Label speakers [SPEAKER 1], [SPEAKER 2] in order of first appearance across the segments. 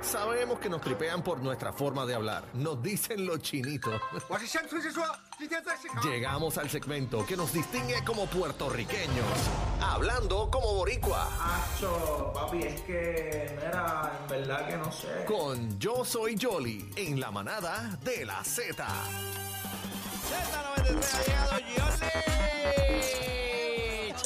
[SPEAKER 1] Sabemos que nos tripean por nuestra forma de hablar. Nos dicen los chinitos.
[SPEAKER 2] 我是乡村之说，今天在市场。
[SPEAKER 1] Llegamos al segmento que nos distingue como puertorriqueños. Hablando como boricua.
[SPEAKER 3] Acho, papi, es que, mira, en verdad que no sé.
[SPEAKER 1] Con Yo Soy Jolly en la manada de la Z.
[SPEAKER 4] Z93 ha llegado Yoli.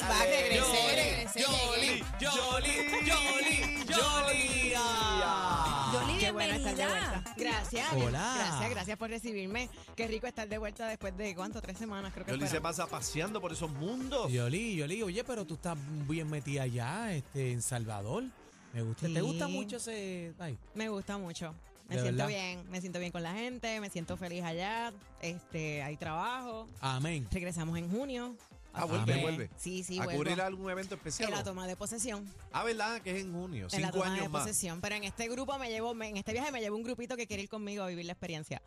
[SPEAKER 5] Va, regresé, regresé,
[SPEAKER 4] Yoli,
[SPEAKER 5] llegué.
[SPEAKER 4] Yoli, Yoli, Yoli.
[SPEAKER 6] Ah,
[SPEAKER 5] Yoli,
[SPEAKER 7] Qué bueno estar de
[SPEAKER 5] bienvenida.
[SPEAKER 7] vuelta.
[SPEAKER 5] Gracias.
[SPEAKER 4] Hola.
[SPEAKER 5] Gracias, gracias por recibirme. Qué rico estar de vuelta después de cuánto, tres semanas creo que
[SPEAKER 6] Yoli se
[SPEAKER 5] fueron.
[SPEAKER 6] pasa paseando por esos mundos.
[SPEAKER 4] Yoli, Yoli, oye, pero tú estás bien metida allá, este, en Salvador. Me gusta,
[SPEAKER 5] Sí.
[SPEAKER 4] te gusta mucho ese país.
[SPEAKER 5] Me gusta mucho. Me
[SPEAKER 4] De
[SPEAKER 5] siento
[SPEAKER 4] verdad.
[SPEAKER 5] bien, me siento bien con la gente, me siento feliz allá. Este, hay trabajo.
[SPEAKER 4] Amén.
[SPEAKER 5] Regresamos en junio.
[SPEAKER 6] Ah,
[SPEAKER 5] Así
[SPEAKER 6] vuelve,
[SPEAKER 5] que-
[SPEAKER 6] vuelve.
[SPEAKER 5] Sí, sí,
[SPEAKER 6] a
[SPEAKER 5] vuelvo.
[SPEAKER 6] cubrir algún evento especial.
[SPEAKER 5] En la toma de posesión.
[SPEAKER 6] Ah, ¿verdad? Que es en junio.
[SPEAKER 5] en la
[SPEAKER 6] cinco
[SPEAKER 5] toma
[SPEAKER 6] años
[SPEAKER 5] de
[SPEAKER 6] más.
[SPEAKER 5] posesión. Pero en este grupo me llevo, me- en este viaje me llevo un grupito que quiere ir conmigo a vivir la experiencia.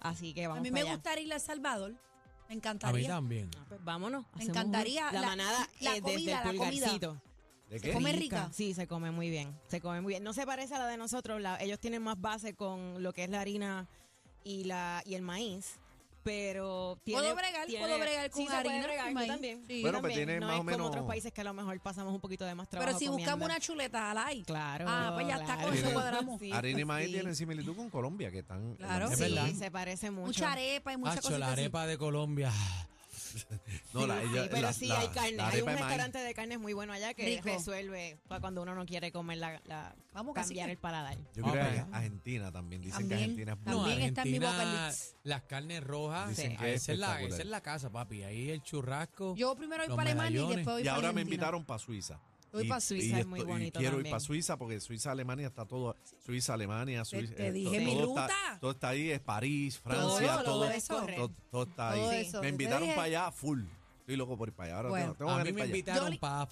[SPEAKER 5] Así que vamos
[SPEAKER 7] A mí
[SPEAKER 5] pa'
[SPEAKER 7] me
[SPEAKER 5] allá.
[SPEAKER 7] gustaría ir a El Salvador. Me
[SPEAKER 4] A mí
[SPEAKER 7] encantaría.
[SPEAKER 4] también.
[SPEAKER 5] Ah, pues vámonos.
[SPEAKER 7] Me
[SPEAKER 5] hacemos
[SPEAKER 7] encantaría
[SPEAKER 5] un- La
[SPEAKER 7] la-
[SPEAKER 5] manada
[SPEAKER 7] la
[SPEAKER 5] es desde el
[SPEAKER 7] comida, la comida.
[SPEAKER 5] pulgarcito.
[SPEAKER 6] ¿De
[SPEAKER 7] Se come
[SPEAKER 6] qué?
[SPEAKER 7] rica.
[SPEAKER 5] Sí, se come muy bien. Se come muy bien. No se parece a la de nosotros. la- ellos tienen más base con lo que es la harina y la y el maíz. Pero tiene,
[SPEAKER 7] Puedo bregar,
[SPEAKER 5] tiene-
[SPEAKER 7] puedo bregar
[SPEAKER 5] sí,
[SPEAKER 7] con
[SPEAKER 5] se puede
[SPEAKER 7] harina,
[SPEAKER 5] bregar,
[SPEAKER 7] con
[SPEAKER 5] tú
[SPEAKER 7] maíz.
[SPEAKER 5] también.
[SPEAKER 7] Sí.
[SPEAKER 5] Tú
[SPEAKER 6] Bueno, pues
[SPEAKER 5] también.
[SPEAKER 6] tiene
[SPEAKER 5] no
[SPEAKER 6] más
[SPEAKER 5] es
[SPEAKER 6] o menos-
[SPEAKER 5] como otros países que a lo mejor pasamos un poquito de más trabajo.
[SPEAKER 7] Pero si buscamos
[SPEAKER 5] comiendo.
[SPEAKER 7] una chuleta al aire.
[SPEAKER 5] Claro.
[SPEAKER 7] Ah, pues ya está, con
[SPEAKER 6] eso
[SPEAKER 5] claro.
[SPEAKER 7] cuadramos.
[SPEAKER 5] Sí,
[SPEAKER 6] Harina y
[SPEAKER 5] pues
[SPEAKER 6] maíz
[SPEAKER 5] sí.
[SPEAKER 6] tienen similitud con Colombia, que están.
[SPEAKER 7] Claro.
[SPEAKER 4] Es
[SPEAKER 5] Sí,
[SPEAKER 4] verdad.
[SPEAKER 5] se parece mucho.
[SPEAKER 7] Mucha arepa y mucha
[SPEAKER 4] Hacho,
[SPEAKER 7] cosita
[SPEAKER 4] la
[SPEAKER 7] así.
[SPEAKER 4] arepa de Colombia.
[SPEAKER 6] No, la,
[SPEAKER 5] Sí,
[SPEAKER 6] ella-
[SPEAKER 5] pero
[SPEAKER 6] la-
[SPEAKER 5] sí
[SPEAKER 6] la-
[SPEAKER 5] hay carne.
[SPEAKER 6] la
[SPEAKER 5] Hay un
[SPEAKER 6] arepa de maíz.
[SPEAKER 5] restaurante de carnes muy bueno allá que
[SPEAKER 7] Rico.
[SPEAKER 5] resuelve para cuando uno no quiere comer la, la-
[SPEAKER 7] Vamos,
[SPEAKER 5] cambiar
[SPEAKER 7] cacique.
[SPEAKER 5] el paladar.
[SPEAKER 6] Yo creo
[SPEAKER 4] Ah,
[SPEAKER 6] que
[SPEAKER 4] pero-
[SPEAKER 6] Argentina también. Dicen
[SPEAKER 7] También,
[SPEAKER 6] que Argentina es
[SPEAKER 7] también.
[SPEAKER 6] buena.
[SPEAKER 7] está en mi boca,
[SPEAKER 4] Argentina,
[SPEAKER 7] Liz.
[SPEAKER 4] Las carnes rojas.
[SPEAKER 6] Dicen
[SPEAKER 4] Sí.
[SPEAKER 6] que es
[SPEAKER 4] esa, es la,
[SPEAKER 6] espectacular.
[SPEAKER 4] esa es la casa, papi. Ahí el churrasco.
[SPEAKER 7] Yo primero voy
[SPEAKER 4] Los
[SPEAKER 7] para Alemania y
[SPEAKER 4] medallones.
[SPEAKER 7] después voy
[SPEAKER 6] Y
[SPEAKER 7] para
[SPEAKER 6] ahora me
[SPEAKER 7] Argentina.
[SPEAKER 6] invitaron para Suiza.
[SPEAKER 7] Voy
[SPEAKER 6] Y-
[SPEAKER 7] pa' Suiza,
[SPEAKER 6] y
[SPEAKER 5] es
[SPEAKER 6] esto-
[SPEAKER 5] muy
[SPEAKER 6] y
[SPEAKER 5] bonito
[SPEAKER 6] quiero ir
[SPEAKER 5] también.
[SPEAKER 6] para Suiza porque Suiza, Alemania está todo. Suiza, Alemania, Suiza.
[SPEAKER 7] te
[SPEAKER 6] eh, to-
[SPEAKER 7] dije mi
[SPEAKER 6] todo
[SPEAKER 7] ruta.
[SPEAKER 6] Está, todo está ahí, es París,
[SPEAKER 7] Todo,
[SPEAKER 6] Francia,
[SPEAKER 7] todo
[SPEAKER 6] todo.
[SPEAKER 7] eso.
[SPEAKER 6] todo- todo está
[SPEAKER 7] Todo
[SPEAKER 6] ahí.
[SPEAKER 7] eso,
[SPEAKER 6] Me
[SPEAKER 7] te
[SPEAKER 6] invitaron
[SPEAKER 7] dije.
[SPEAKER 6] para allá full. Estoy loco por ir para allá. Ahora
[SPEAKER 7] Bueno.
[SPEAKER 6] tengo, tengo
[SPEAKER 4] A
[SPEAKER 6] ganas
[SPEAKER 4] mí
[SPEAKER 6] de ir
[SPEAKER 4] me
[SPEAKER 6] para allá.
[SPEAKER 4] invitaron
[SPEAKER 7] Yoli.
[SPEAKER 4] para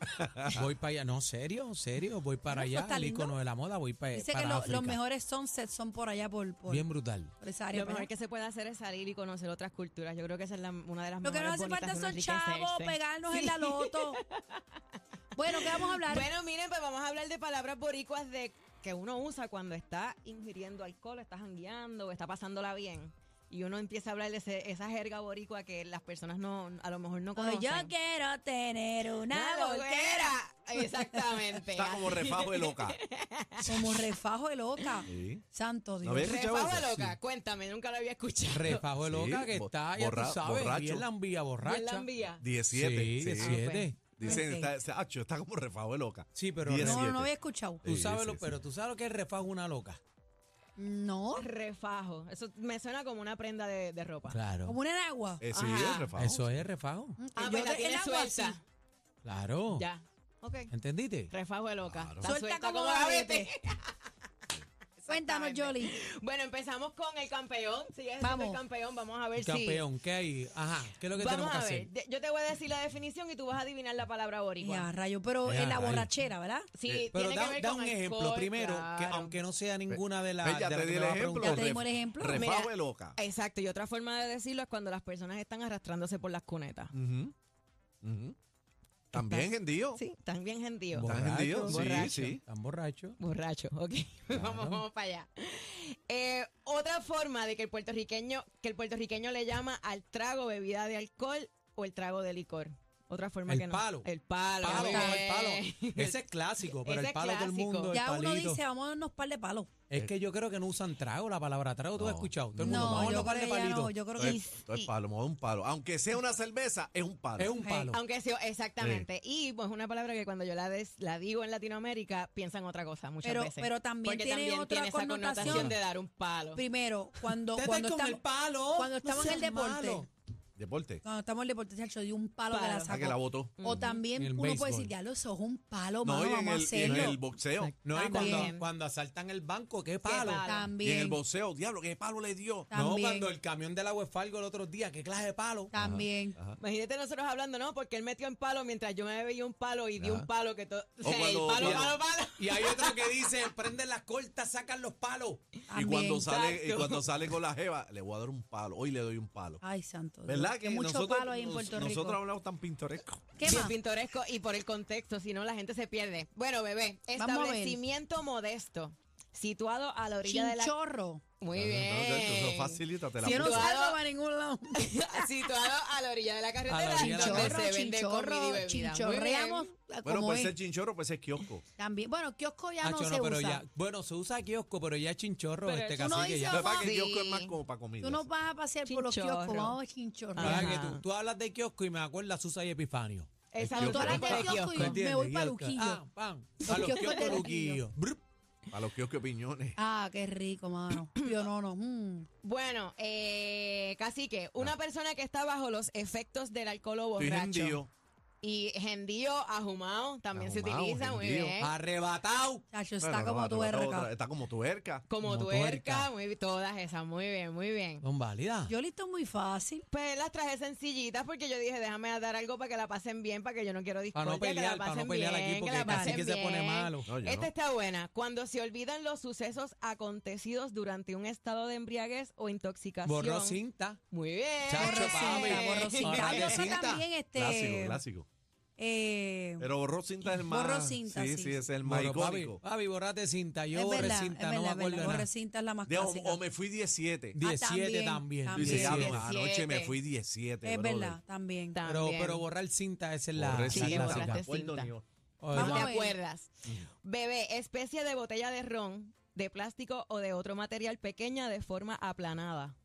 [SPEAKER 4] África. voy para allá. No, serio, serio. Voy para
[SPEAKER 7] No, eso
[SPEAKER 4] allá.
[SPEAKER 7] está
[SPEAKER 4] El
[SPEAKER 7] lindo.
[SPEAKER 4] icono de la moda. Voy para,
[SPEAKER 7] Dice
[SPEAKER 4] eh, para
[SPEAKER 7] que lo-
[SPEAKER 4] África.
[SPEAKER 7] los mejores sunsets son por allá, por, por,
[SPEAKER 4] Bien brutal.
[SPEAKER 7] por esa área. pues.
[SPEAKER 5] Lo
[SPEAKER 7] por
[SPEAKER 5] mejor
[SPEAKER 7] allá.
[SPEAKER 5] que se puede hacer es salir y conocer otras culturas. Yo creo que esa es la- una de las
[SPEAKER 7] Lo que nos
[SPEAKER 5] mejores
[SPEAKER 7] hace falta
[SPEAKER 5] bonitas
[SPEAKER 7] son
[SPEAKER 5] de
[SPEAKER 7] chavos,
[SPEAKER 5] enriquecerse.
[SPEAKER 7] pegarnos en la loto. Bueno, ¿qué vamos a hablar?
[SPEAKER 5] Bueno, miren, pues vamos a hablar de palabras boricuas de que uno usa cuando está ingiriendo alcohol, está jangueando, o está pasándola bien. Y uno empieza a hablar de ese- esa jerga boricua que las personas no, a lo mejor no
[SPEAKER 7] Cuando
[SPEAKER 5] conocen.
[SPEAKER 7] yo quiero tener una
[SPEAKER 5] Una
[SPEAKER 7] loquera.
[SPEAKER 5] loquera. Exactamente.
[SPEAKER 6] Está como refajo de loca.
[SPEAKER 7] Como refajo de loca.
[SPEAKER 6] Sí.
[SPEAKER 7] Santo
[SPEAKER 6] ¿No ves?
[SPEAKER 7] Dios.
[SPEAKER 6] escuchado
[SPEAKER 5] Ah, Refajo
[SPEAKER 6] eso?
[SPEAKER 5] loca, cuéntame, nunca la había escuchado.
[SPEAKER 4] Refajo de
[SPEAKER 6] Sí,
[SPEAKER 4] loca que
[SPEAKER 6] bo-
[SPEAKER 4] está, ya
[SPEAKER 6] borra-
[SPEAKER 4] tú sabes,
[SPEAKER 6] borracho.
[SPEAKER 4] bien lambía, borracha.
[SPEAKER 5] Bien lambía.
[SPEAKER 6] 17.
[SPEAKER 4] Sí,
[SPEAKER 6] sí.
[SPEAKER 4] 17.
[SPEAKER 6] Dicen,
[SPEAKER 7] Ok.
[SPEAKER 6] está, está, acho, está como refajo de loca.
[SPEAKER 4] Sí, pero-
[SPEAKER 7] No, no, no
[SPEAKER 6] 17.
[SPEAKER 7] había escuchado.
[SPEAKER 4] Tú
[SPEAKER 6] Sí,
[SPEAKER 4] sabes
[SPEAKER 6] sí,
[SPEAKER 4] lo,
[SPEAKER 6] sí.
[SPEAKER 4] pero tú sabes lo que es refajo una loca.
[SPEAKER 7] No.
[SPEAKER 5] Refajo. Eso me suena como una prenda de, de ropa.
[SPEAKER 4] Claro.
[SPEAKER 7] Como una enagua.
[SPEAKER 6] Eh, sí,
[SPEAKER 5] Ajá.
[SPEAKER 6] es refajo.
[SPEAKER 4] Eso es refajo.
[SPEAKER 5] Ah,
[SPEAKER 7] Yo
[SPEAKER 5] pues
[SPEAKER 7] te-
[SPEAKER 5] la tiene
[SPEAKER 7] el agua
[SPEAKER 5] suelta.
[SPEAKER 7] así.
[SPEAKER 4] Claro.
[SPEAKER 5] Ya. Ok.
[SPEAKER 4] ¿Entendiste?
[SPEAKER 5] Refajo de loca.
[SPEAKER 6] Claro.
[SPEAKER 5] Está
[SPEAKER 7] Suelta como
[SPEAKER 5] la
[SPEAKER 7] gavete.
[SPEAKER 5] vete.
[SPEAKER 7] Cuéntanos, Jolly.
[SPEAKER 5] Bueno, empezamos con el campeón. Si es
[SPEAKER 7] Vamos.
[SPEAKER 5] el campeón, vamos a ver
[SPEAKER 4] El
[SPEAKER 5] si.
[SPEAKER 4] campeón, ¿qué hay? Ajá, ¿qué es lo que
[SPEAKER 5] Vamos
[SPEAKER 4] tenemos que
[SPEAKER 5] a
[SPEAKER 4] hacer?
[SPEAKER 5] ver. De- Yo te voy a decir la definición y tú vas a adivinar la palabra
[SPEAKER 7] Ya,
[SPEAKER 5] boricua.
[SPEAKER 7] rayo. Pero
[SPEAKER 4] Ya,
[SPEAKER 7] en la
[SPEAKER 4] rayo.
[SPEAKER 7] borrachera, ¿verdad?
[SPEAKER 5] Sí,
[SPEAKER 4] Eh, Pero
[SPEAKER 5] tiene que
[SPEAKER 4] da,
[SPEAKER 5] ver
[SPEAKER 4] da
[SPEAKER 5] con
[SPEAKER 4] un ejemplo
[SPEAKER 5] alcohol,
[SPEAKER 4] primero, que
[SPEAKER 5] claro.
[SPEAKER 4] aunque no sea ninguna de las
[SPEAKER 6] Ve, ya
[SPEAKER 4] de
[SPEAKER 6] te
[SPEAKER 4] las
[SPEAKER 6] di
[SPEAKER 4] que me vas
[SPEAKER 6] el
[SPEAKER 4] a
[SPEAKER 6] ejemplo.
[SPEAKER 4] preguntar.
[SPEAKER 7] Ya te dimos
[SPEAKER 6] ref-
[SPEAKER 7] el ejemplo.
[SPEAKER 6] Refajo
[SPEAKER 5] Mira.
[SPEAKER 6] de loca.
[SPEAKER 5] Exacto, y otra forma de decirlo es cuando las personas están arrastrándose por las cunetas.
[SPEAKER 6] Ujú, ujú. También gendío.
[SPEAKER 5] Sí, están bien gentíos.
[SPEAKER 6] Borracho. ¿Estás entendido? Sí,
[SPEAKER 4] borracho,
[SPEAKER 6] sí.
[SPEAKER 4] Tan borracho.
[SPEAKER 5] Borracho, ok. vamos, vamos para allá. Eh, otra forma de que el puertorriqueño, que el puertorriqueño le llama al trago bebida de alcohol o el trago de licor. Otra forma
[SPEAKER 4] El
[SPEAKER 5] que no.
[SPEAKER 4] palo.
[SPEAKER 5] El palo.
[SPEAKER 4] Palo,
[SPEAKER 5] muy
[SPEAKER 4] como el
[SPEAKER 5] bien.
[SPEAKER 4] palo. Ese es clásico, pero
[SPEAKER 5] Ese
[SPEAKER 4] el
[SPEAKER 5] es
[SPEAKER 4] palo todo el
[SPEAKER 5] clásico.
[SPEAKER 4] mundo, el
[SPEAKER 7] Ya uno
[SPEAKER 4] palito.
[SPEAKER 7] dice, vamos a darnos par de palos.
[SPEAKER 4] Es que yo creo que no usan trago, la palabra trago, tú has escuchado. Todo el mundo,
[SPEAKER 7] No,
[SPEAKER 4] vamos a
[SPEAKER 7] yo
[SPEAKER 4] un par
[SPEAKER 7] creo
[SPEAKER 4] de
[SPEAKER 7] que ya no.
[SPEAKER 4] palitos.
[SPEAKER 7] Yo creo
[SPEAKER 6] Esto
[SPEAKER 7] que
[SPEAKER 6] es- esto es palo, modo un palo. Aunque sea una cerveza, es un palo.
[SPEAKER 4] Es un palo.
[SPEAKER 5] Aunque sí, exactamente. Y pues una palabra que cuando yo la, des- la digo en Latinoamérica piensan otra cosa muchas
[SPEAKER 7] Pero-
[SPEAKER 5] veces.
[SPEAKER 7] pero también
[SPEAKER 5] Porque
[SPEAKER 7] tiene
[SPEAKER 5] también
[SPEAKER 7] otra
[SPEAKER 5] tiene esa connotación
[SPEAKER 7] connotación.
[SPEAKER 5] de dar un palo.
[SPEAKER 7] Primero, cuando,
[SPEAKER 4] Te
[SPEAKER 7] cuando,
[SPEAKER 4] estás con
[SPEAKER 7] estamos,
[SPEAKER 4] el palo.
[SPEAKER 7] cuando
[SPEAKER 4] no
[SPEAKER 7] estamos en el
[SPEAKER 4] seas
[SPEAKER 7] deporte.
[SPEAKER 4] malo.
[SPEAKER 6] Deporte.
[SPEAKER 7] cuando estamos en el deporte, chacho, de un palo, Mm. que
[SPEAKER 5] Palo.
[SPEAKER 7] la
[SPEAKER 5] Ah,
[SPEAKER 6] Ah,
[SPEAKER 7] sacó.
[SPEAKER 6] que la votó.
[SPEAKER 7] O también
[SPEAKER 4] En el
[SPEAKER 7] uno
[SPEAKER 4] béisbol.
[SPEAKER 7] puede decir, diablo, eso es un palo,
[SPEAKER 6] No,
[SPEAKER 7] mano,
[SPEAKER 6] y en
[SPEAKER 7] vamos a
[SPEAKER 6] el, y en
[SPEAKER 7] hacerlo.
[SPEAKER 6] el boxeo.
[SPEAKER 4] No, y
[SPEAKER 7] También.
[SPEAKER 4] cuando, cuando asaltan el banco, qué
[SPEAKER 5] palo.
[SPEAKER 4] palo.
[SPEAKER 6] Y en el
[SPEAKER 7] También,
[SPEAKER 6] boxeo, diablo, qué palo le dio.
[SPEAKER 4] No,
[SPEAKER 7] También.
[SPEAKER 4] cuando el camión del agua Falgo el otro día, qué clase de palo.
[SPEAKER 7] también.
[SPEAKER 5] Imagínate nosotros hablando, ¿no? Porque él metió en palo mientras yo me bebí un palo y di un palo que todo.
[SPEAKER 6] O
[SPEAKER 5] el
[SPEAKER 6] cuando-
[SPEAKER 5] palo,
[SPEAKER 6] cuando-
[SPEAKER 5] palo, palo.
[SPEAKER 4] Y hay otro que dice, prenden las cortas, sacan los palos.
[SPEAKER 6] Y
[SPEAKER 7] También.
[SPEAKER 6] cuando, sale, y
[SPEAKER 5] exacto.
[SPEAKER 6] cuando sale con la jeva, le voy a dar un palo. Hoy le doy un palo.
[SPEAKER 7] Ay, santo Dios.
[SPEAKER 6] ¿Verdad
[SPEAKER 7] Ah, pues, que,
[SPEAKER 6] que
[SPEAKER 7] mucho
[SPEAKER 6] nosotros,
[SPEAKER 7] palo hay en
[SPEAKER 6] nos-
[SPEAKER 7] Puerto Rico.
[SPEAKER 6] Nosotros hablamos tan pintoresco.
[SPEAKER 7] ¿Qué
[SPEAKER 5] Bien
[SPEAKER 7] más?
[SPEAKER 5] pintoresco y por el contexto, si no la gente se pierde. Bueno, bebé,
[SPEAKER 7] Vamos a ver.
[SPEAKER 5] establecimiento modesto. situado a la orilla de la...
[SPEAKER 7] Chinchorro.
[SPEAKER 5] Muy
[SPEAKER 6] Eso
[SPEAKER 5] bien.
[SPEAKER 6] facilítate la
[SPEAKER 7] Si yo no
[SPEAKER 5] Situado-
[SPEAKER 7] salgo para ningún lado.
[SPEAKER 5] situado a la orilla de la
[SPEAKER 4] A la
[SPEAKER 5] carretera
[SPEAKER 4] orilla de la
[SPEAKER 5] donde
[SPEAKER 4] carretera.
[SPEAKER 5] se vende comida y
[SPEAKER 7] chinchorro,
[SPEAKER 5] bebida.
[SPEAKER 7] chinchorreamos
[SPEAKER 5] Muy bien.
[SPEAKER 7] ah,
[SPEAKER 6] Bueno,
[SPEAKER 7] como
[SPEAKER 6] puede ser
[SPEAKER 7] es.
[SPEAKER 6] chinchorro, puede ser kiosco.
[SPEAKER 7] También, bueno, kiosco ya
[SPEAKER 4] Ah,
[SPEAKER 7] no
[SPEAKER 4] yo
[SPEAKER 7] se
[SPEAKER 4] pero
[SPEAKER 7] usa.
[SPEAKER 4] ya. Bueno, se usa kiosco, pero ya chinchorro
[SPEAKER 5] Pero
[SPEAKER 4] este
[SPEAKER 5] tú no
[SPEAKER 4] cacique
[SPEAKER 7] dices,
[SPEAKER 4] ya.
[SPEAKER 6] Lo que pasa es que
[SPEAKER 5] Sí.
[SPEAKER 6] el kiosco es más como para comida.
[SPEAKER 7] Tú no vas a pasear por los
[SPEAKER 5] Chinchorro.
[SPEAKER 7] kioscos, vamos a chinchorro.
[SPEAKER 5] Ajá.
[SPEAKER 4] Para Ah, que tú, tú hablas de kiosco y me acuerdas Susa y Epifanio.
[SPEAKER 5] Esa
[SPEAKER 6] kiosco.
[SPEAKER 7] Tú hablas
[SPEAKER 5] otra
[SPEAKER 7] de
[SPEAKER 5] cosa de
[SPEAKER 7] kiosco y
[SPEAKER 5] kiosco.
[SPEAKER 7] yo me voy para Luquillo.
[SPEAKER 4] Ah,
[SPEAKER 7] Ah,
[SPEAKER 4] pan.
[SPEAKER 7] Los
[SPEAKER 4] A los
[SPEAKER 7] kioscos de
[SPEAKER 4] kioscos de
[SPEAKER 7] Luquillo.
[SPEAKER 4] Luquillo. Brup.
[SPEAKER 6] Para los kioscos opiniones.
[SPEAKER 7] Ah, qué rico, mano. Yo no, no. mm.
[SPEAKER 5] Bueno, eh, cacique,
[SPEAKER 4] Ah.
[SPEAKER 5] una persona que está bajo los efectos del alcohol o
[SPEAKER 6] Estoy
[SPEAKER 5] borracho.
[SPEAKER 6] gendío.
[SPEAKER 5] Y gendío, ajumado,
[SPEAKER 4] Ah,
[SPEAKER 5] también se
[SPEAKER 6] Ahumado,
[SPEAKER 5] utiliza muy
[SPEAKER 6] gendío.
[SPEAKER 7] ¿Eh?
[SPEAKER 5] bien.
[SPEAKER 4] Arrebatado.
[SPEAKER 7] Chacho, está
[SPEAKER 6] Bueno, no,
[SPEAKER 7] como
[SPEAKER 6] no, no,
[SPEAKER 7] tuerca.
[SPEAKER 6] otra- Está como tuerca.
[SPEAKER 5] Como
[SPEAKER 4] Como
[SPEAKER 5] tuerca,
[SPEAKER 4] tuerca.
[SPEAKER 5] muy bien, todas esas, muy bien, muy bien.
[SPEAKER 4] Son válidas.
[SPEAKER 7] Yo listo muy fácil.
[SPEAKER 5] Pues las traje sencillitas porque yo dije, déjame dar algo para que la pasen bien, para que yo no quiero
[SPEAKER 4] Para
[SPEAKER 5] discordia,
[SPEAKER 4] no
[SPEAKER 5] que la
[SPEAKER 4] pelear,
[SPEAKER 5] pasen
[SPEAKER 4] para no pelear
[SPEAKER 5] bien,
[SPEAKER 4] aquí,
[SPEAKER 5] que
[SPEAKER 4] porque
[SPEAKER 5] la
[SPEAKER 4] casi
[SPEAKER 5] pasen
[SPEAKER 4] que se pone
[SPEAKER 5] bien.
[SPEAKER 4] malo.
[SPEAKER 6] No, yo
[SPEAKER 5] Esta
[SPEAKER 6] no.
[SPEAKER 5] está buena. Cuando se olvidan los sucesos acontecidos durante un estado de embriaguez o intoxicación.
[SPEAKER 4] Borró cinta.
[SPEAKER 5] Muy bien.
[SPEAKER 4] Chacho,
[SPEAKER 7] Borró
[SPEAKER 4] papi.
[SPEAKER 7] cinta, borró cinta. Hay
[SPEAKER 4] Ahora
[SPEAKER 7] otra
[SPEAKER 4] de cinta.
[SPEAKER 7] también,
[SPEAKER 6] Clásico,
[SPEAKER 7] este.
[SPEAKER 6] clásico.
[SPEAKER 7] eh,
[SPEAKER 6] Pero borró cinta es el más.
[SPEAKER 7] Borró cinta,
[SPEAKER 6] Sí,
[SPEAKER 7] sí. Ah,
[SPEAKER 6] sí, es el más
[SPEAKER 4] Borró, papi,
[SPEAKER 6] icónico.
[SPEAKER 4] papi, borrate cinta. Yo
[SPEAKER 7] es
[SPEAKER 4] borré
[SPEAKER 7] verdad,
[SPEAKER 4] cinta,
[SPEAKER 7] es
[SPEAKER 4] no me
[SPEAKER 7] verdad, es
[SPEAKER 4] acuerdo
[SPEAKER 7] verdad.
[SPEAKER 4] de
[SPEAKER 7] Borre
[SPEAKER 4] nada.
[SPEAKER 7] cinta es la más
[SPEAKER 6] De- o,
[SPEAKER 7] clásica.
[SPEAKER 6] o me fui 17.
[SPEAKER 7] Ah,
[SPEAKER 4] 17
[SPEAKER 7] también,
[SPEAKER 4] también.
[SPEAKER 6] Tú dices, ya,
[SPEAKER 7] también.
[SPEAKER 6] no, anoche me fui 17.
[SPEAKER 7] Es
[SPEAKER 6] brother.
[SPEAKER 7] verdad, también.
[SPEAKER 4] Pero,
[SPEAKER 5] También.
[SPEAKER 4] pero borrar cinta, esa es la.
[SPEAKER 6] Borré
[SPEAKER 4] la
[SPEAKER 5] Sí,
[SPEAKER 6] cinta,
[SPEAKER 4] clásica.
[SPEAKER 5] borraste
[SPEAKER 6] me acuerdo
[SPEAKER 5] cinta.
[SPEAKER 6] ni yo.
[SPEAKER 4] O
[SPEAKER 7] Vamos
[SPEAKER 4] sea,
[SPEAKER 5] ¿Te
[SPEAKER 7] a ver.
[SPEAKER 5] acuerdas? Bebé, especie de botella de ron, de plástico o de otro material pequeña de forma aplanada.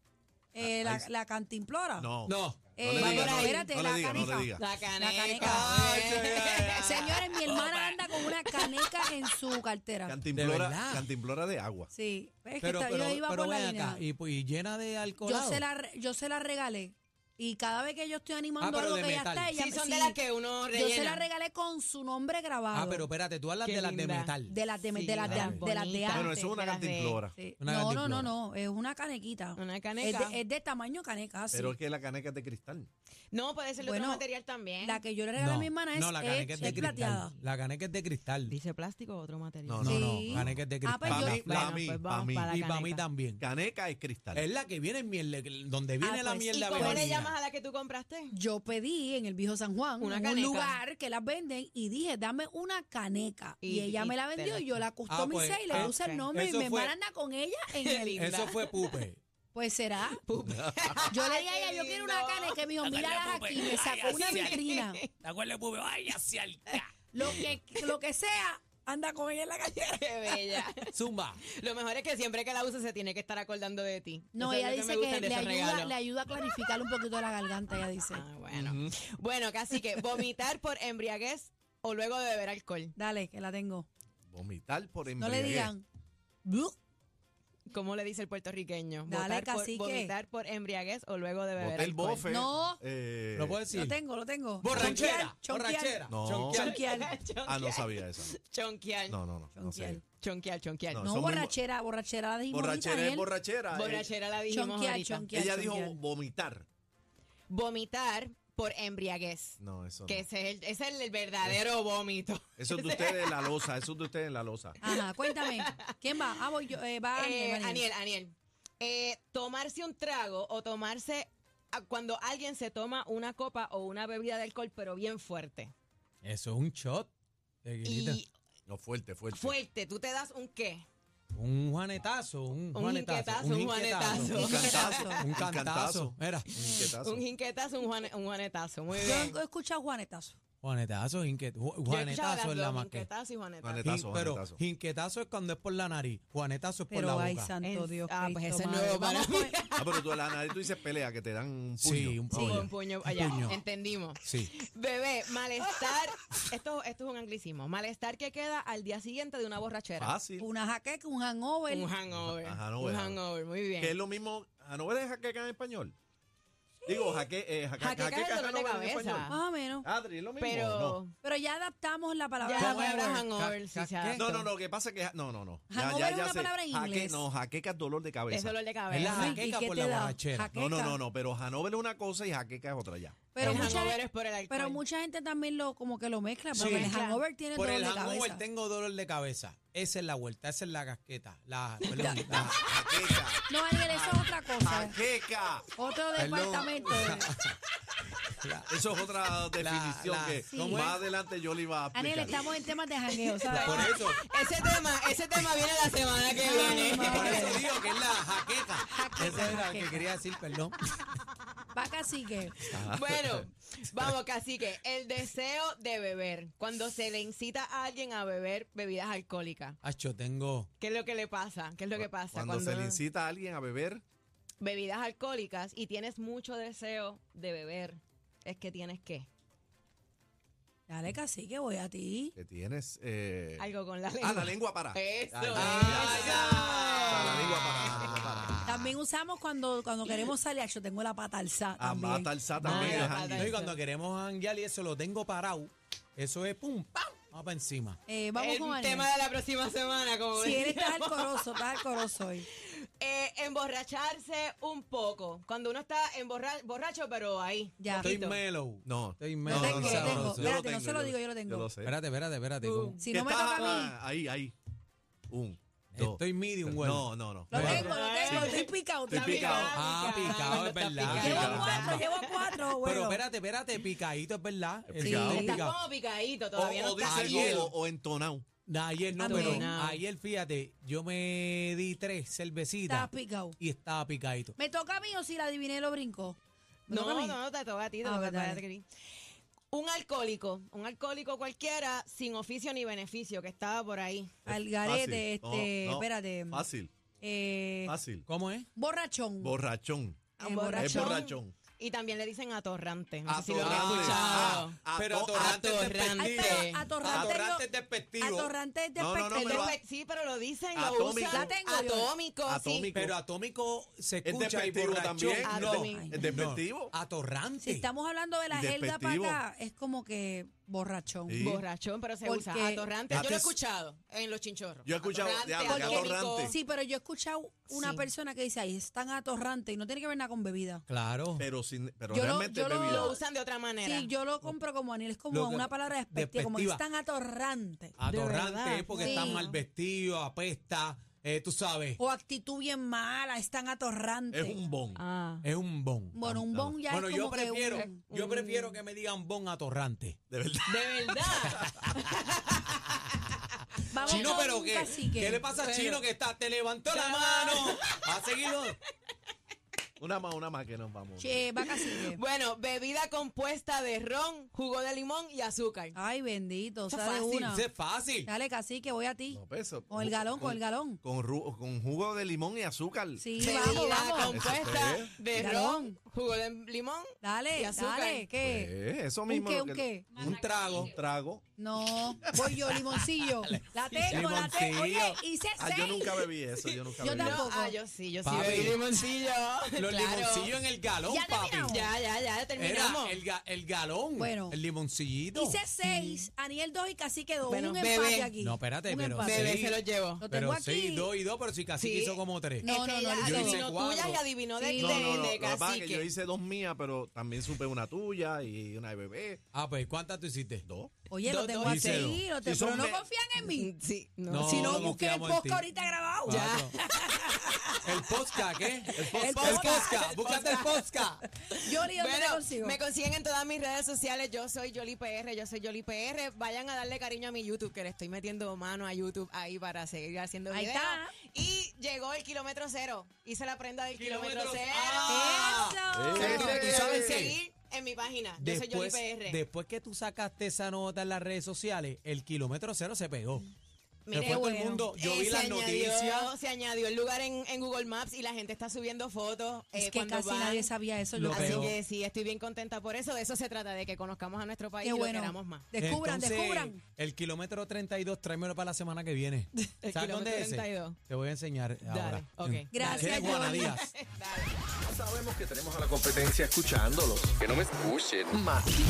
[SPEAKER 7] Eh,
[SPEAKER 6] Ah,
[SPEAKER 7] la,
[SPEAKER 6] ahí sí.
[SPEAKER 7] la cantimplora.
[SPEAKER 6] No.
[SPEAKER 4] No.
[SPEAKER 7] Eh,
[SPEAKER 6] le
[SPEAKER 7] va
[SPEAKER 6] diga,
[SPEAKER 7] por
[SPEAKER 6] no
[SPEAKER 7] ahí.
[SPEAKER 6] le-
[SPEAKER 7] Espérate,
[SPEAKER 6] no
[SPEAKER 7] la
[SPEAKER 6] le diga, no
[SPEAKER 7] caneca.
[SPEAKER 6] le diga.
[SPEAKER 7] caneca.
[SPEAKER 6] Ay,
[SPEAKER 5] Muy bien.
[SPEAKER 6] che,
[SPEAKER 7] Señores, mi hermana anda con una caneca en su cartera.
[SPEAKER 4] De
[SPEAKER 6] Cantimplora,
[SPEAKER 4] verdad.
[SPEAKER 6] cantimplora de agua.
[SPEAKER 7] Sí, es que
[SPEAKER 4] Pero,
[SPEAKER 7] está-
[SPEAKER 4] pero,
[SPEAKER 7] yo iba
[SPEAKER 4] pero
[SPEAKER 7] por la
[SPEAKER 4] ven
[SPEAKER 7] línea.
[SPEAKER 4] acá. Y, pues, y llena de alcohol.
[SPEAKER 7] yo, se la, re- yo se la regalé. Y cada vez que yo estoy
[SPEAKER 4] Ah,
[SPEAKER 7] animando
[SPEAKER 4] pero
[SPEAKER 7] algo
[SPEAKER 4] de
[SPEAKER 7] que ya
[SPEAKER 4] metal.
[SPEAKER 7] está, ella
[SPEAKER 5] Sí, son
[SPEAKER 7] sí,
[SPEAKER 5] de las que uno
[SPEAKER 7] Yo se la
[SPEAKER 5] rellena.
[SPEAKER 7] regalé con su nombre grabado.
[SPEAKER 4] Ah, pero espérate, tú hablas
[SPEAKER 5] Qué
[SPEAKER 4] de las de
[SPEAKER 5] linda.
[SPEAKER 4] metal.
[SPEAKER 7] de las de, de,
[SPEAKER 5] Sí,
[SPEAKER 7] las de,
[SPEAKER 4] tan
[SPEAKER 7] de las de
[SPEAKER 5] bonita.
[SPEAKER 7] antes.
[SPEAKER 6] Bueno, eso es una
[SPEAKER 5] de las de-
[SPEAKER 6] cantimplora.
[SPEAKER 7] Sí.
[SPEAKER 4] Una
[SPEAKER 7] no, no,
[SPEAKER 4] cantimplora.
[SPEAKER 7] no, no, es una canequita.
[SPEAKER 5] Una caneca.
[SPEAKER 7] Es de, es de tamaño caneca, así.
[SPEAKER 6] Pero es que la caneca es de cristal.
[SPEAKER 5] No, puede ser de
[SPEAKER 7] Bueno,
[SPEAKER 5] otro material también.
[SPEAKER 7] La que yo le regalé a mi hermana es,
[SPEAKER 4] no, la caneca
[SPEAKER 7] es-
[SPEAKER 4] es, de
[SPEAKER 7] es
[SPEAKER 4] cristal.
[SPEAKER 7] plateada.
[SPEAKER 4] La caneca es de cristal.
[SPEAKER 5] Dice plástico o otro material.
[SPEAKER 6] No,
[SPEAKER 4] No,
[SPEAKER 7] Sí.
[SPEAKER 4] no, caneca es de
[SPEAKER 7] Ah,
[SPEAKER 4] cristal.
[SPEAKER 7] pues yo-
[SPEAKER 4] La-
[SPEAKER 6] Para mí,
[SPEAKER 4] la-
[SPEAKER 6] para mí,
[SPEAKER 5] pues
[SPEAKER 6] para
[SPEAKER 5] vamos
[SPEAKER 6] mí.
[SPEAKER 5] para la
[SPEAKER 4] y para mí
[SPEAKER 5] caneca.
[SPEAKER 4] también.
[SPEAKER 6] Caneca es cristal.
[SPEAKER 4] Es la que viene en miel, donde viene
[SPEAKER 7] Ah,
[SPEAKER 4] la
[SPEAKER 7] pues,
[SPEAKER 5] ¿Y
[SPEAKER 4] mierda
[SPEAKER 5] cómo le
[SPEAKER 4] venenina.
[SPEAKER 5] llamas a la que tú compraste?
[SPEAKER 7] Yo pedí en el viejo San Juan
[SPEAKER 5] Una
[SPEAKER 7] en un
[SPEAKER 5] caneca.
[SPEAKER 7] lugar que las venden y dije, dame una caneca. Y,
[SPEAKER 5] Y-
[SPEAKER 7] ella
[SPEAKER 5] y
[SPEAKER 7] me la
[SPEAKER 5] te
[SPEAKER 7] vendió
[SPEAKER 5] la-
[SPEAKER 7] y yo la customicé
[SPEAKER 4] Ah, pues,
[SPEAKER 7] y le
[SPEAKER 4] ah,
[SPEAKER 7] puse el
[SPEAKER 5] eh, ok.
[SPEAKER 7] nombre y
[SPEAKER 4] Eso
[SPEAKER 7] mi
[SPEAKER 4] fue-
[SPEAKER 7] hermana anda con ella en el...
[SPEAKER 5] Linda.
[SPEAKER 4] Eso fue Pupe.
[SPEAKER 7] Pues será. Yo le dije a ella, yo quiero una caneca. Y me dijo, míralas aquí. Me sacó una vitrina.
[SPEAKER 4] ¿Te acuerdas, Pupe? Ay, hacia el...
[SPEAKER 7] Lo que, lo que sea, anda con ella en la cartera.
[SPEAKER 5] Qué bella.
[SPEAKER 4] Zumba.
[SPEAKER 5] Lo mejor es que siempre que la uses se tiene que estar acordando de ti.
[SPEAKER 7] No,
[SPEAKER 5] Eso es
[SPEAKER 7] ella
[SPEAKER 5] lo me
[SPEAKER 7] dice
[SPEAKER 5] gusta
[SPEAKER 7] que
[SPEAKER 5] de
[SPEAKER 7] le
[SPEAKER 5] esos
[SPEAKER 7] ayuda,
[SPEAKER 5] regalos.
[SPEAKER 7] le ayuda a clarificar un poquito la garganta, ella dice.
[SPEAKER 5] Ah, bueno. Bueno, casi que vomitar por embriaguez o luego de beber alcohol.
[SPEAKER 7] Dale, que la tengo.
[SPEAKER 6] Vomitar por
[SPEAKER 7] No le
[SPEAKER 6] embriaguez.
[SPEAKER 7] digan. "Blu".
[SPEAKER 5] ¿Cómo le dice el puertorriqueño?
[SPEAKER 7] Dale,
[SPEAKER 5] Votar por-
[SPEAKER 7] cacique.
[SPEAKER 5] vomitar por embriaguez o luego de beber
[SPEAKER 6] Boté el
[SPEAKER 5] alcohol.
[SPEAKER 6] bofe.
[SPEAKER 7] No.
[SPEAKER 6] Eh,
[SPEAKER 4] ¿Lo puedo
[SPEAKER 7] Lo
[SPEAKER 4] decir?
[SPEAKER 7] tengo, lo tengo.
[SPEAKER 4] Borrachera.
[SPEAKER 7] Chonquear, chonquear.
[SPEAKER 4] Borrachera.
[SPEAKER 6] No.
[SPEAKER 4] chonquear.
[SPEAKER 7] Chonquear.
[SPEAKER 6] Ah, no sabía eso.
[SPEAKER 5] Chonquear.
[SPEAKER 6] No, no, no. No
[SPEAKER 7] Chonquear.
[SPEAKER 6] sé.
[SPEAKER 5] Chonquear, chonquear.
[SPEAKER 6] No,
[SPEAKER 7] No,
[SPEAKER 6] son muy-
[SPEAKER 7] borrachera, borrachera la dijimos
[SPEAKER 6] Borrachera
[SPEAKER 7] ahorita,
[SPEAKER 6] es
[SPEAKER 7] Ángel.
[SPEAKER 6] borrachera. eh.
[SPEAKER 5] Borrachera la dijimos
[SPEAKER 7] Chonquear,
[SPEAKER 5] ahorita.
[SPEAKER 7] chonquear.
[SPEAKER 6] Ella dijo
[SPEAKER 7] chonquear.
[SPEAKER 6] vomitar.
[SPEAKER 5] Vomitar por embriaguez.
[SPEAKER 6] No, eso no.
[SPEAKER 5] Que ese es el, ese es el verdadero vómito.
[SPEAKER 6] Eso es de ustedes en la losa. Eso es de ustedes en la losa.
[SPEAKER 7] Ajá, cuéntame. ¿Quién va? Ah, voy yo. eh, va Ángel,
[SPEAKER 5] Eh,
[SPEAKER 7] va Ángel.
[SPEAKER 5] Aniel, Aniel. Eh, tomarse un trago o tomarse ah, cuando alguien se toma una copa o una bebida de alcohol, pero bien fuerte.
[SPEAKER 4] Eso es un shot. Te quitas.
[SPEAKER 5] Y
[SPEAKER 6] No, fuerte, fuerte.
[SPEAKER 5] fuerte, tú te das un qué.
[SPEAKER 4] Un juanetazo, un juanetazo.
[SPEAKER 5] jinquetazo, un juanetazo.
[SPEAKER 6] Un cantazo.
[SPEAKER 4] Un cantazo. Era.
[SPEAKER 6] Un inquietazo.
[SPEAKER 5] Un jinquetazo, un, juane- un juanetazo. Muy bien.
[SPEAKER 7] Yo he escuchado Juanetazo.
[SPEAKER 4] Juanetazo, inquiet- ju-
[SPEAKER 5] Yo he escuchado las
[SPEAKER 4] juanetazo es la
[SPEAKER 5] dos,
[SPEAKER 4] más que.
[SPEAKER 5] jinquetazo y juanetazo.
[SPEAKER 6] Juanetazo.
[SPEAKER 4] Jin- Pero
[SPEAKER 6] Juanetazo.
[SPEAKER 4] jinquetazo es cuando es por la nariz. Juanetazo es por la
[SPEAKER 7] Pero ay,
[SPEAKER 4] boca.
[SPEAKER 7] santo
[SPEAKER 5] Es-
[SPEAKER 7] Dios.
[SPEAKER 5] ah, pues
[SPEAKER 7] Cristo,
[SPEAKER 5] ese es
[SPEAKER 7] madre.
[SPEAKER 5] nuevo para
[SPEAKER 7] Vamos
[SPEAKER 5] mí.
[SPEAKER 7] con-
[SPEAKER 6] Ah, pero tú a la nariz tú dices pelea, que te dan un puño.
[SPEAKER 4] Sí, un
[SPEAKER 5] Sí,
[SPEAKER 4] puño.
[SPEAKER 5] un puño allá.
[SPEAKER 4] puño.
[SPEAKER 5] Entendimos.
[SPEAKER 4] Sí.
[SPEAKER 5] Bebé, malestar. Esto, esto es un anglicismo. Malestar que queda al día siguiente de una borrachera.
[SPEAKER 6] Fácil.
[SPEAKER 7] Una jaqueca, un hangover.
[SPEAKER 5] Un hangover.
[SPEAKER 6] Ajá, no, bueno.
[SPEAKER 5] Un hangover, muy bien.
[SPEAKER 6] Que es lo mismo. ¿Hanover es jaqueca en español? Digo, jaque, eh, jaque-
[SPEAKER 5] Jaqueca es el
[SPEAKER 6] jaqueca
[SPEAKER 5] dolor de
[SPEAKER 6] Hanover en
[SPEAKER 5] cabeza.
[SPEAKER 6] español.
[SPEAKER 7] Más o menos.
[SPEAKER 6] Adri, es lo mismo.
[SPEAKER 5] Pero
[SPEAKER 6] No.
[SPEAKER 7] Pero ya adaptamos la palabra.
[SPEAKER 5] Ah. ya la
[SPEAKER 7] hangover.
[SPEAKER 5] palabra
[SPEAKER 4] hangover.
[SPEAKER 5] hangover,
[SPEAKER 4] Ca-
[SPEAKER 5] sí se
[SPEAKER 4] ca-
[SPEAKER 5] adaptó.
[SPEAKER 6] No, no, lo que pasa es que. No, no, no. Ya,
[SPEAKER 7] Hangover
[SPEAKER 6] ya,
[SPEAKER 7] es
[SPEAKER 6] ya
[SPEAKER 7] una
[SPEAKER 6] sé.
[SPEAKER 7] palabra en
[SPEAKER 6] Jaque-
[SPEAKER 7] inglés.
[SPEAKER 6] no, jaqueca pues, es dolor de
[SPEAKER 5] Es
[SPEAKER 6] cabeza.
[SPEAKER 5] dolor de
[SPEAKER 4] Es la
[SPEAKER 5] cabeza.
[SPEAKER 7] Ricky,
[SPEAKER 4] jaqueca
[SPEAKER 7] ¿qué
[SPEAKER 4] por
[SPEAKER 7] te
[SPEAKER 4] la
[SPEAKER 7] da?
[SPEAKER 4] borrachera.
[SPEAKER 7] Jaque-
[SPEAKER 6] no, no, no, no, pero Hanover es una cosa y jaqueca es otra ya.
[SPEAKER 7] Pero
[SPEAKER 5] el
[SPEAKER 7] mucha
[SPEAKER 5] hangover
[SPEAKER 7] gente-
[SPEAKER 5] es por el alcohol.
[SPEAKER 7] Pero mucha gente también lo como que lo mezcla, pero
[SPEAKER 4] Sí.
[SPEAKER 7] el hangover tiene
[SPEAKER 4] Por
[SPEAKER 7] dolor
[SPEAKER 4] el
[SPEAKER 7] de
[SPEAKER 4] hangover
[SPEAKER 7] cabeza.
[SPEAKER 4] tengo dolor de cabeza. Esa es la vuelta, esa es la casqueta. La, perdón, la-
[SPEAKER 6] Ja- Jaqueca.
[SPEAKER 7] No, Ángel, eso es otra
[SPEAKER 6] Ah,
[SPEAKER 7] cosa.
[SPEAKER 6] Jaqueca.
[SPEAKER 7] Otro
[SPEAKER 4] Perdón.
[SPEAKER 7] departamento.
[SPEAKER 6] Eso es otra definición
[SPEAKER 4] la-
[SPEAKER 6] que
[SPEAKER 4] Sí.
[SPEAKER 7] ¿Cómo es?
[SPEAKER 6] más adelante yo le iba a
[SPEAKER 7] Ángel,
[SPEAKER 6] explicar.
[SPEAKER 7] estamos en temas de jangueo, ¿sabes?
[SPEAKER 4] por eso,
[SPEAKER 5] Ese tema, ese tema viene la semana que
[SPEAKER 4] Por eso digo que es la jaqueca. Eso era lo que
[SPEAKER 7] jaqueca.
[SPEAKER 4] quería decir, perdón.
[SPEAKER 7] Va cacique.
[SPEAKER 5] Bueno, vamos, cacique. El deseo de beber. Cuando se le incita a alguien a beber bebidas alcohólicas.
[SPEAKER 4] Acho, tengo.
[SPEAKER 5] ¿Qué es lo que le pasa? ¿Qué es lo que pasa?
[SPEAKER 6] Cuando, se le incita a alguien a beber,
[SPEAKER 5] bebidas alcohólicas y tienes mucho deseo de beber, es que tienes que.
[SPEAKER 7] Dale, cacique, voy a ti.
[SPEAKER 6] que tienes. Eh,
[SPEAKER 5] Algo con la lengua.
[SPEAKER 6] ah, la lengua para.
[SPEAKER 5] Eso.
[SPEAKER 6] Ah, ya,
[SPEAKER 5] Eso.
[SPEAKER 6] ya. La lengua para, la lengua para.
[SPEAKER 7] También usamos cuando, cuando queremos salir. Yo tengo la pata alzada.
[SPEAKER 6] Ah,
[SPEAKER 7] también.
[SPEAKER 6] mata alza
[SPEAKER 5] Ah,
[SPEAKER 6] también. es
[SPEAKER 5] la
[SPEAKER 6] hangi.
[SPEAKER 5] pata
[SPEAKER 4] No, y cuando queremos janguear y eso lo tengo parado, eso es pum, pam, vamos para encima.
[SPEAKER 7] Eh, vamos
[SPEAKER 5] el
[SPEAKER 7] con Ariel.
[SPEAKER 5] tema de la próxima semana, como
[SPEAKER 7] Si eres
[SPEAKER 5] decía.
[SPEAKER 7] tan alcoroso, estás alcoroso hoy.
[SPEAKER 5] Eh, emborracharse un poco. Cuando uno está emborra- borracho, pero ahí.
[SPEAKER 7] Ya.
[SPEAKER 4] Estoy
[SPEAKER 5] poquito.
[SPEAKER 4] mellow.
[SPEAKER 6] No. ¿eh?
[SPEAKER 4] Estoy
[SPEAKER 7] Lo
[SPEAKER 4] mellow.
[SPEAKER 7] tengo, lo
[SPEAKER 4] sabroso.
[SPEAKER 7] tengo.
[SPEAKER 6] Yo lo
[SPEAKER 7] Espérate, no se lo
[SPEAKER 6] tengo,
[SPEAKER 7] digo, yo lo tengo.
[SPEAKER 6] lo sé.
[SPEAKER 4] Espérate, espérate, espérate. ¿cómo?
[SPEAKER 7] Si
[SPEAKER 6] Que
[SPEAKER 7] no me
[SPEAKER 6] está-
[SPEAKER 7] toca a mí,
[SPEAKER 6] Ahí, ahí. Un, dos.
[SPEAKER 4] Estoy medium
[SPEAKER 6] tres.
[SPEAKER 4] bueno.
[SPEAKER 6] No, no, no.
[SPEAKER 7] lo
[SPEAKER 4] Bueno.
[SPEAKER 7] tengo, lo tengo, estoy picado.
[SPEAKER 6] Estoy
[SPEAKER 7] está
[SPEAKER 6] picado.
[SPEAKER 7] picado.
[SPEAKER 4] Ah, picado, es
[SPEAKER 5] Está
[SPEAKER 4] verdad.
[SPEAKER 5] picado.
[SPEAKER 7] Llevo
[SPEAKER 4] picado,
[SPEAKER 7] cuatro,
[SPEAKER 4] caramba.
[SPEAKER 7] llevo cuatro,
[SPEAKER 4] Pero
[SPEAKER 7] bueno.
[SPEAKER 4] espérate, espérate, picadito es verdad.
[SPEAKER 6] Es
[SPEAKER 4] Sí,
[SPEAKER 6] picado.
[SPEAKER 4] estoy
[SPEAKER 5] Está
[SPEAKER 4] picado.
[SPEAKER 5] como picadito,
[SPEAKER 6] O,
[SPEAKER 5] todavía
[SPEAKER 6] o
[SPEAKER 5] no está
[SPEAKER 6] dice
[SPEAKER 5] ahí.
[SPEAKER 6] algo o, o entonado.
[SPEAKER 4] No, Ayer no,
[SPEAKER 7] También.
[SPEAKER 4] pero ayer, fíjate, yo me di tres cervecitas
[SPEAKER 7] Está picado.
[SPEAKER 4] y estaba picadito.
[SPEAKER 7] ¿Me toca a mí o si la adiviné lo brinco? ¿Me
[SPEAKER 5] No,
[SPEAKER 7] toca a
[SPEAKER 5] no,
[SPEAKER 7] mí?
[SPEAKER 5] no, te toca a ti, te
[SPEAKER 7] Ah,
[SPEAKER 5] toca a ti,
[SPEAKER 7] verdad.
[SPEAKER 5] te querí. Un alcohólico, un alcohólico cualquiera, sin oficio ni beneficio, que estaba por ahí.
[SPEAKER 7] Al garete,
[SPEAKER 6] Fácil.
[SPEAKER 7] este,
[SPEAKER 6] No, no.
[SPEAKER 7] espérate.
[SPEAKER 6] Fácil,
[SPEAKER 7] Eh,
[SPEAKER 6] fácil.
[SPEAKER 4] ¿Cómo es?
[SPEAKER 7] borrachón.
[SPEAKER 6] Borrachón.
[SPEAKER 7] Eh,
[SPEAKER 5] Es
[SPEAKER 6] Es
[SPEAKER 7] borrachón.
[SPEAKER 6] borrachón.
[SPEAKER 5] Y también le dicen atorrante. No sé si lo han
[SPEAKER 6] Atorrante.
[SPEAKER 5] escuchado.
[SPEAKER 6] Ah,
[SPEAKER 4] Pero
[SPEAKER 6] ato-
[SPEAKER 4] atorrante es
[SPEAKER 5] atorrante.
[SPEAKER 4] despectivo.
[SPEAKER 5] Ay, pero
[SPEAKER 7] atorrante
[SPEAKER 4] Atorrante
[SPEAKER 7] yo-
[SPEAKER 4] es despectivo.
[SPEAKER 7] Atorrante es
[SPEAKER 6] No, no, no,
[SPEAKER 7] despectivo.
[SPEAKER 6] pero-
[SPEAKER 5] Despe- sí, pero lo dicen, lo
[SPEAKER 6] Atómico.
[SPEAKER 5] usan.
[SPEAKER 7] La tengo yo.
[SPEAKER 5] Atómico,
[SPEAKER 6] Atómico.
[SPEAKER 4] Pero atómico se
[SPEAKER 6] Es
[SPEAKER 4] escucha y
[SPEAKER 6] despectivo
[SPEAKER 4] borrachón.
[SPEAKER 6] también.
[SPEAKER 4] No,
[SPEAKER 5] Atómico.
[SPEAKER 6] Es despectivo.
[SPEAKER 4] No, atorrante.
[SPEAKER 7] Si estamos hablando de la gelda para
[SPEAKER 6] Despectivo.
[SPEAKER 7] acá, es como que borrachón.
[SPEAKER 6] Sí.
[SPEAKER 5] sí. Borrachón, pero se
[SPEAKER 7] Porque-
[SPEAKER 5] usa. Atorrante. Yo lo he
[SPEAKER 6] Antes-
[SPEAKER 5] escuchado en los chinchorros.
[SPEAKER 6] Yo he escuchado,
[SPEAKER 5] Atorrante,
[SPEAKER 6] diablo, que
[SPEAKER 5] atómico.
[SPEAKER 6] atorrante.
[SPEAKER 7] Sí, pero yo he escuchado una
[SPEAKER 5] Sí.
[SPEAKER 7] persona que dice, ay, es tan atorrante y no tiene que ver nada con bebida.
[SPEAKER 4] Claro.
[SPEAKER 6] Pero, sin, pero
[SPEAKER 7] Yo lo-
[SPEAKER 6] realmente
[SPEAKER 7] yo
[SPEAKER 6] es
[SPEAKER 7] lo-
[SPEAKER 6] bebida.
[SPEAKER 5] Lo usan de otra manera.
[SPEAKER 7] Sí, yo lo compro como Aniel, es como
[SPEAKER 4] Lo que-
[SPEAKER 7] una palabra despectiva, como es
[SPEAKER 4] despectiva.
[SPEAKER 7] tan atorrante.
[SPEAKER 4] atorrante
[SPEAKER 5] verdad.
[SPEAKER 4] es porque
[SPEAKER 7] Sí. Oh.
[SPEAKER 4] está mal vestido, apesta, eh, tú sabes.
[SPEAKER 7] O actitud bien mala, es tan atorrante.
[SPEAKER 6] Es un bon.
[SPEAKER 5] Ah.
[SPEAKER 4] Es un bon.
[SPEAKER 7] bueno, un
[SPEAKER 6] Ah,
[SPEAKER 7] bon ya
[SPEAKER 4] bueno,
[SPEAKER 7] es
[SPEAKER 4] yo
[SPEAKER 7] como que
[SPEAKER 4] prefiero,
[SPEAKER 7] un-
[SPEAKER 4] yo prefiero que me digan bon atorrante.
[SPEAKER 6] De verdad.
[SPEAKER 5] De verdad.
[SPEAKER 7] Vamos
[SPEAKER 4] Chino,
[SPEAKER 7] con
[SPEAKER 4] pero
[SPEAKER 7] Ah, un
[SPEAKER 4] ¿qué?
[SPEAKER 7] cacique.
[SPEAKER 4] ¿Qué le pasa a
[SPEAKER 5] Pero-
[SPEAKER 4] Chino que está? Te levantó la
[SPEAKER 5] Ya.
[SPEAKER 4] mano. Ha seguido.
[SPEAKER 6] Una más, una más que nos vamos.
[SPEAKER 7] Che, va cacique.
[SPEAKER 5] bueno, bebida compuesta de ron, jugo de limón y azúcar.
[SPEAKER 7] Ay, bendito,
[SPEAKER 5] Eso es
[SPEAKER 7] sale
[SPEAKER 5] fácil,
[SPEAKER 7] una.
[SPEAKER 4] Ese es fácil.
[SPEAKER 7] Dale, cacique, voy a ti.
[SPEAKER 6] No, pues eso,
[SPEAKER 7] Con el galón, con el galón.
[SPEAKER 6] Con, ru- con jugo de limón y azúcar.
[SPEAKER 7] Sí, vamos,
[SPEAKER 5] Bebida
[SPEAKER 7] vamos.
[SPEAKER 5] compuesta
[SPEAKER 6] Eso
[SPEAKER 5] de
[SPEAKER 7] Galón.
[SPEAKER 5] ron, jugo de limón.
[SPEAKER 7] Dale,
[SPEAKER 5] Y azúcar.
[SPEAKER 7] dale, ¿qué?
[SPEAKER 6] Pues, eso
[SPEAKER 7] ¿Un
[SPEAKER 6] mismo.
[SPEAKER 7] qué,
[SPEAKER 6] lo
[SPEAKER 7] un
[SPEAKER 6] que-
[SPEAKER 7] qué?
[SPEAKER 6] Un trago. Un trago.
[SPEAKER 7] No, voy yo, limoncillo. La tengo, la tengo. Oye, hice
[SPEAKER 6] Ah,
[SPEAKER 7] seis.
[SPEAKER 6] yo nunca bebí eso. Yo nunca
[SPEAKER 7] Yo
[SPEAKER 6] bebí
[SPEAKER 7] tampoco.
[SPEAKER 6] eso.
[SPEAKER 5] No, ah, yo sí, yo sí
[SPEAKER 4] Papi.
[SPEAKER 5] bebí limoncillo.
[SPEAKER 4] Los
[SPEAKER 5] Claro.
[SPEAKER 4] limoncillos en el galón,
[SPEAKER 7] Ya
[SPEAKER 4] papi.
[SPEAKER 7] terminamos.
[SPEAKER 5] Ya, ya, ya terminamos.
[SPEAKER 4] Era el, ga- el galón.
[SPEAKER 7] Bueno.
[SPEAKER 4] El limoncillito.
[SPEAKER 7] Hice seis, Aniel dos y Cacique dos.
[SPEAKER 5] Bueno,
[SPEAKER 7] un
[SPEAKER 5] bebé.
[SPEAKER 7] empate aquí.
[SPEAKER 4] No, espérate,
[SPEAKER 7] Un
[SPEAKER 4] pero
[SPEAKER 7] empate.
[SPEAKER 5] Bebé,
[SPEAKER 4] sí.
[SPEAKER 5] se los llevo.
[SPEAKER 7] Lo tengo
[SPEAKER 4] Pero
[SPEAKER 7] aquí.
[SPEAKER 4] sí, dos y dos, pero si casi
[SPEAKER 5] Sí.
[SPEAKER 4] hizo como tres.
[SPEAKER 7] No,
[SPEAKER 5] Es que
[SPEAKER 7] no, no,
[SPEAKER 5] ella
[SPEAKER 7] yo hice
[SPEAKER 5] adivinó tuyas
[SPEAKER 4] cuatro.
[SPEAKER 5] y adivinó del
[SPEAKER 7] Sí.
[SPEAKER 5] de,
[SPEAKER 6] No, no, no.
[SPEAKER 5] de
[SPEAKER 6] Lo que pasa es que
[SPEAKER 5] cacique.
[SPEAKER 6] yo hice dos mías, pero también supe una tuya y una de bebé.
[SPEAKER 4] Ah, pues, ¿cuántas tú hiciste?
[SPEAKER 6] Dos.
[SPEAKER 7] Oye,
[SPEAKER 5] Dos,
[SPEAKER 7] lo tengo
[SPEAKER 5] dos y
[SPEAKER 7] aquí.
[SPEAKER 4] cero.
[SPEAKER 7] Lo tengo,
[SPEAKER 6] Si son
[SPEAKER 7] pero no
[SPEAKER 6] me-
[SPEAKER 7] confían en mí.
[SPEAKER 5] Sí, no.
[SPEAKER 4] No,
[SPEAKER 7] si no,
[SPEAKER 4] no
[SPEAKER 7] busquen el
[SPEAKER 4] confiamos en
[SPEAKER 7] podcast
[SPEAKER 4] ti.
[SPEAKER 7] ahorita grabado.
[SPEAKER 4] Cuatro. El posca, ¿qué? El posca. El
[SPEAKER 7] podcast.
[SPEAKER 4] posca. Búscate el posca.
[SPEAKER 7] Yo le digo que te
[SPEAKER 5] Bueno,
[SPEAKER 7] consigo.
[SPEAKER 5] me consiguen en todas mis redes sociales. Yo soy Yoli PR, yo soy Yoli PR. Vayan a darle cariño a mi YouTube, que le estoy metiendo mano a YouTube ahí para seguir haciendo
[SPEAKER 7] Ahí
[SPEAKER 5] videos.
[SPEAKER 7] está.
[SPEAKER 5] Y llegó el kilómetro cero. Hice la prenda del kilómetro,
[SPEAKER 4] Kilómetros.
[SPEAKER 5] cero.
[SPEAKER 4] Ah.
[SPEAKER 7] Eso.
[SPEAKER 6] Eh,
[SPEAKER 5] Como
[SPEAKER 6] ¿tú
[SPEAKER 5] me
[SPEAKER 6] sabes
[SPEAKER 5] pueden
[SPEAKER 6] qué?
[SPEAKER 5] seguir en mi página. Yo
[SPEAKER 4] Después,
[SPEAKER 5] soy Yoli PR.
[SPEAKER 4] después que tú sacaste esa nota en las redes sociales, el kilómetro cero se pegó.
[SPEAKER 5] Mire,
[SPEAKER 4] después todo el
[SPEAKER 7] bueno.
[SPEAKER 4] mundo, yo
[SPEAKER 5] Eh,
[SPEAKER 4] vi
[SPEAKER 5] se
[SPEAKER 4] las
[SPEAKER 5] añadió-
[SPEAKER 4] noticias.
[SPEAKER 5] Se añadió el lugar en, en Google Maps y la gente está subiendo fotos. eh,
[SPEAKER 7] Es que
[SPEAKER 5] cuando
[SPEAKER 7] casi
[SPEAKER 5] van.
[SPEAKER 7] nadie sabía eso. Yo
[SPEAKER 4] Lo
[SPEAKER 5] Así
[SPEAKER 4] peor.
[SPEAKER 7] creo.
[SPEAKER 5] que sí, estoy bien contenta por eso. De eso se trata, de que conozcamos a nuestro país
[SPEAKER 7] Qué
[SPEAKER 5] y
[SPEAKER 7] bueno.
[SPEAKER 5] lo queramos más.
[SPEAKER 7] Descubran,
[SPEAKER 4] Entonces,
[SPEAKER 7] descubran.
[SPEAKER 4] El kilómetro 32, tráemelo para la semana que viene. ¿Sabes
[SPEAKER 5] kilómetro
[SPEAKER 4] dónde es ese?
[SPEAKER 5] 32.
[SPEAKER 4] Te voy a enseñar
[SPEAKER 5] Dale,
[SPEAKER 4] ahora.
[SPEAKER 5] ok, dale.
[SPEAKER 7] Gracias,
[SPEAKER 4] Qué guana,
[SPEAKER 7] Johnny.
[SPEAKER 4] Díaz.
[SPEAKER 1] Sabemos que tenemos a la competencia escuchándolos.
[SPEAKER 8] Que no me escuchen.
[SPEAKER 1] Matita.